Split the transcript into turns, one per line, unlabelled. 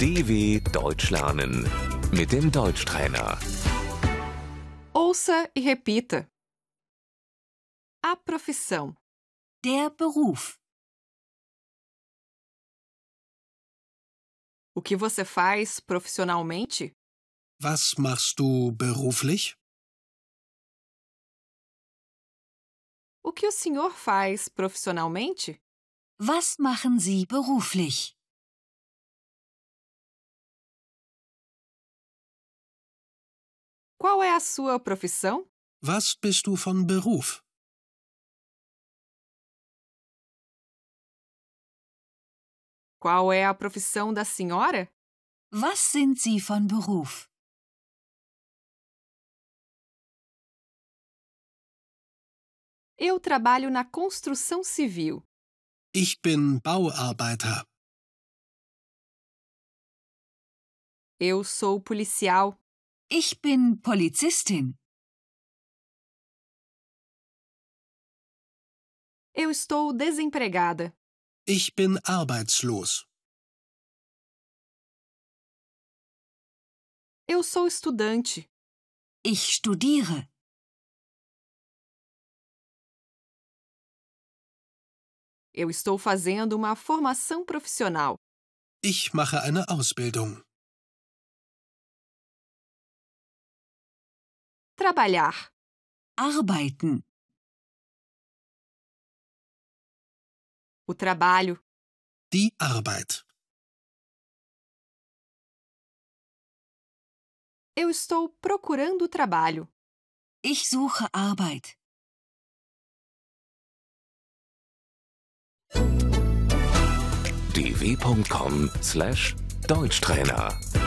DW Deutsch lernen mit dem Deutschtrainer.
Ouça e repita. A profissão.
Der Beruf.
O que você faz profissionalmente?
Was machst du beruflich?
O que o senhor faz profissionalmente?
Was machen Sie beruflich?
Qual é a sua profissão?
Was bist du von Beruf?
Qual é a profissão da senhora?
Was sind Sie von Beruf?
Eu trabalho na construção civil.
Ich bin Bauarbeiter.
Eu sou policial.
Ich bin Polizistin.
Eu estou desempregada.
Ich bin arbeitslos.
Eu sou estudante.
Ich studiere.
Eu estou fazendo uma formação profissional.
Ich mache eine Ausbildung.
Trabalhar.
Arbeiten.
O trabalho.
Die Arbeit.
Eu estou procurando trabalho.
Ich suche Arbeit.
dw.com/deutschtrainer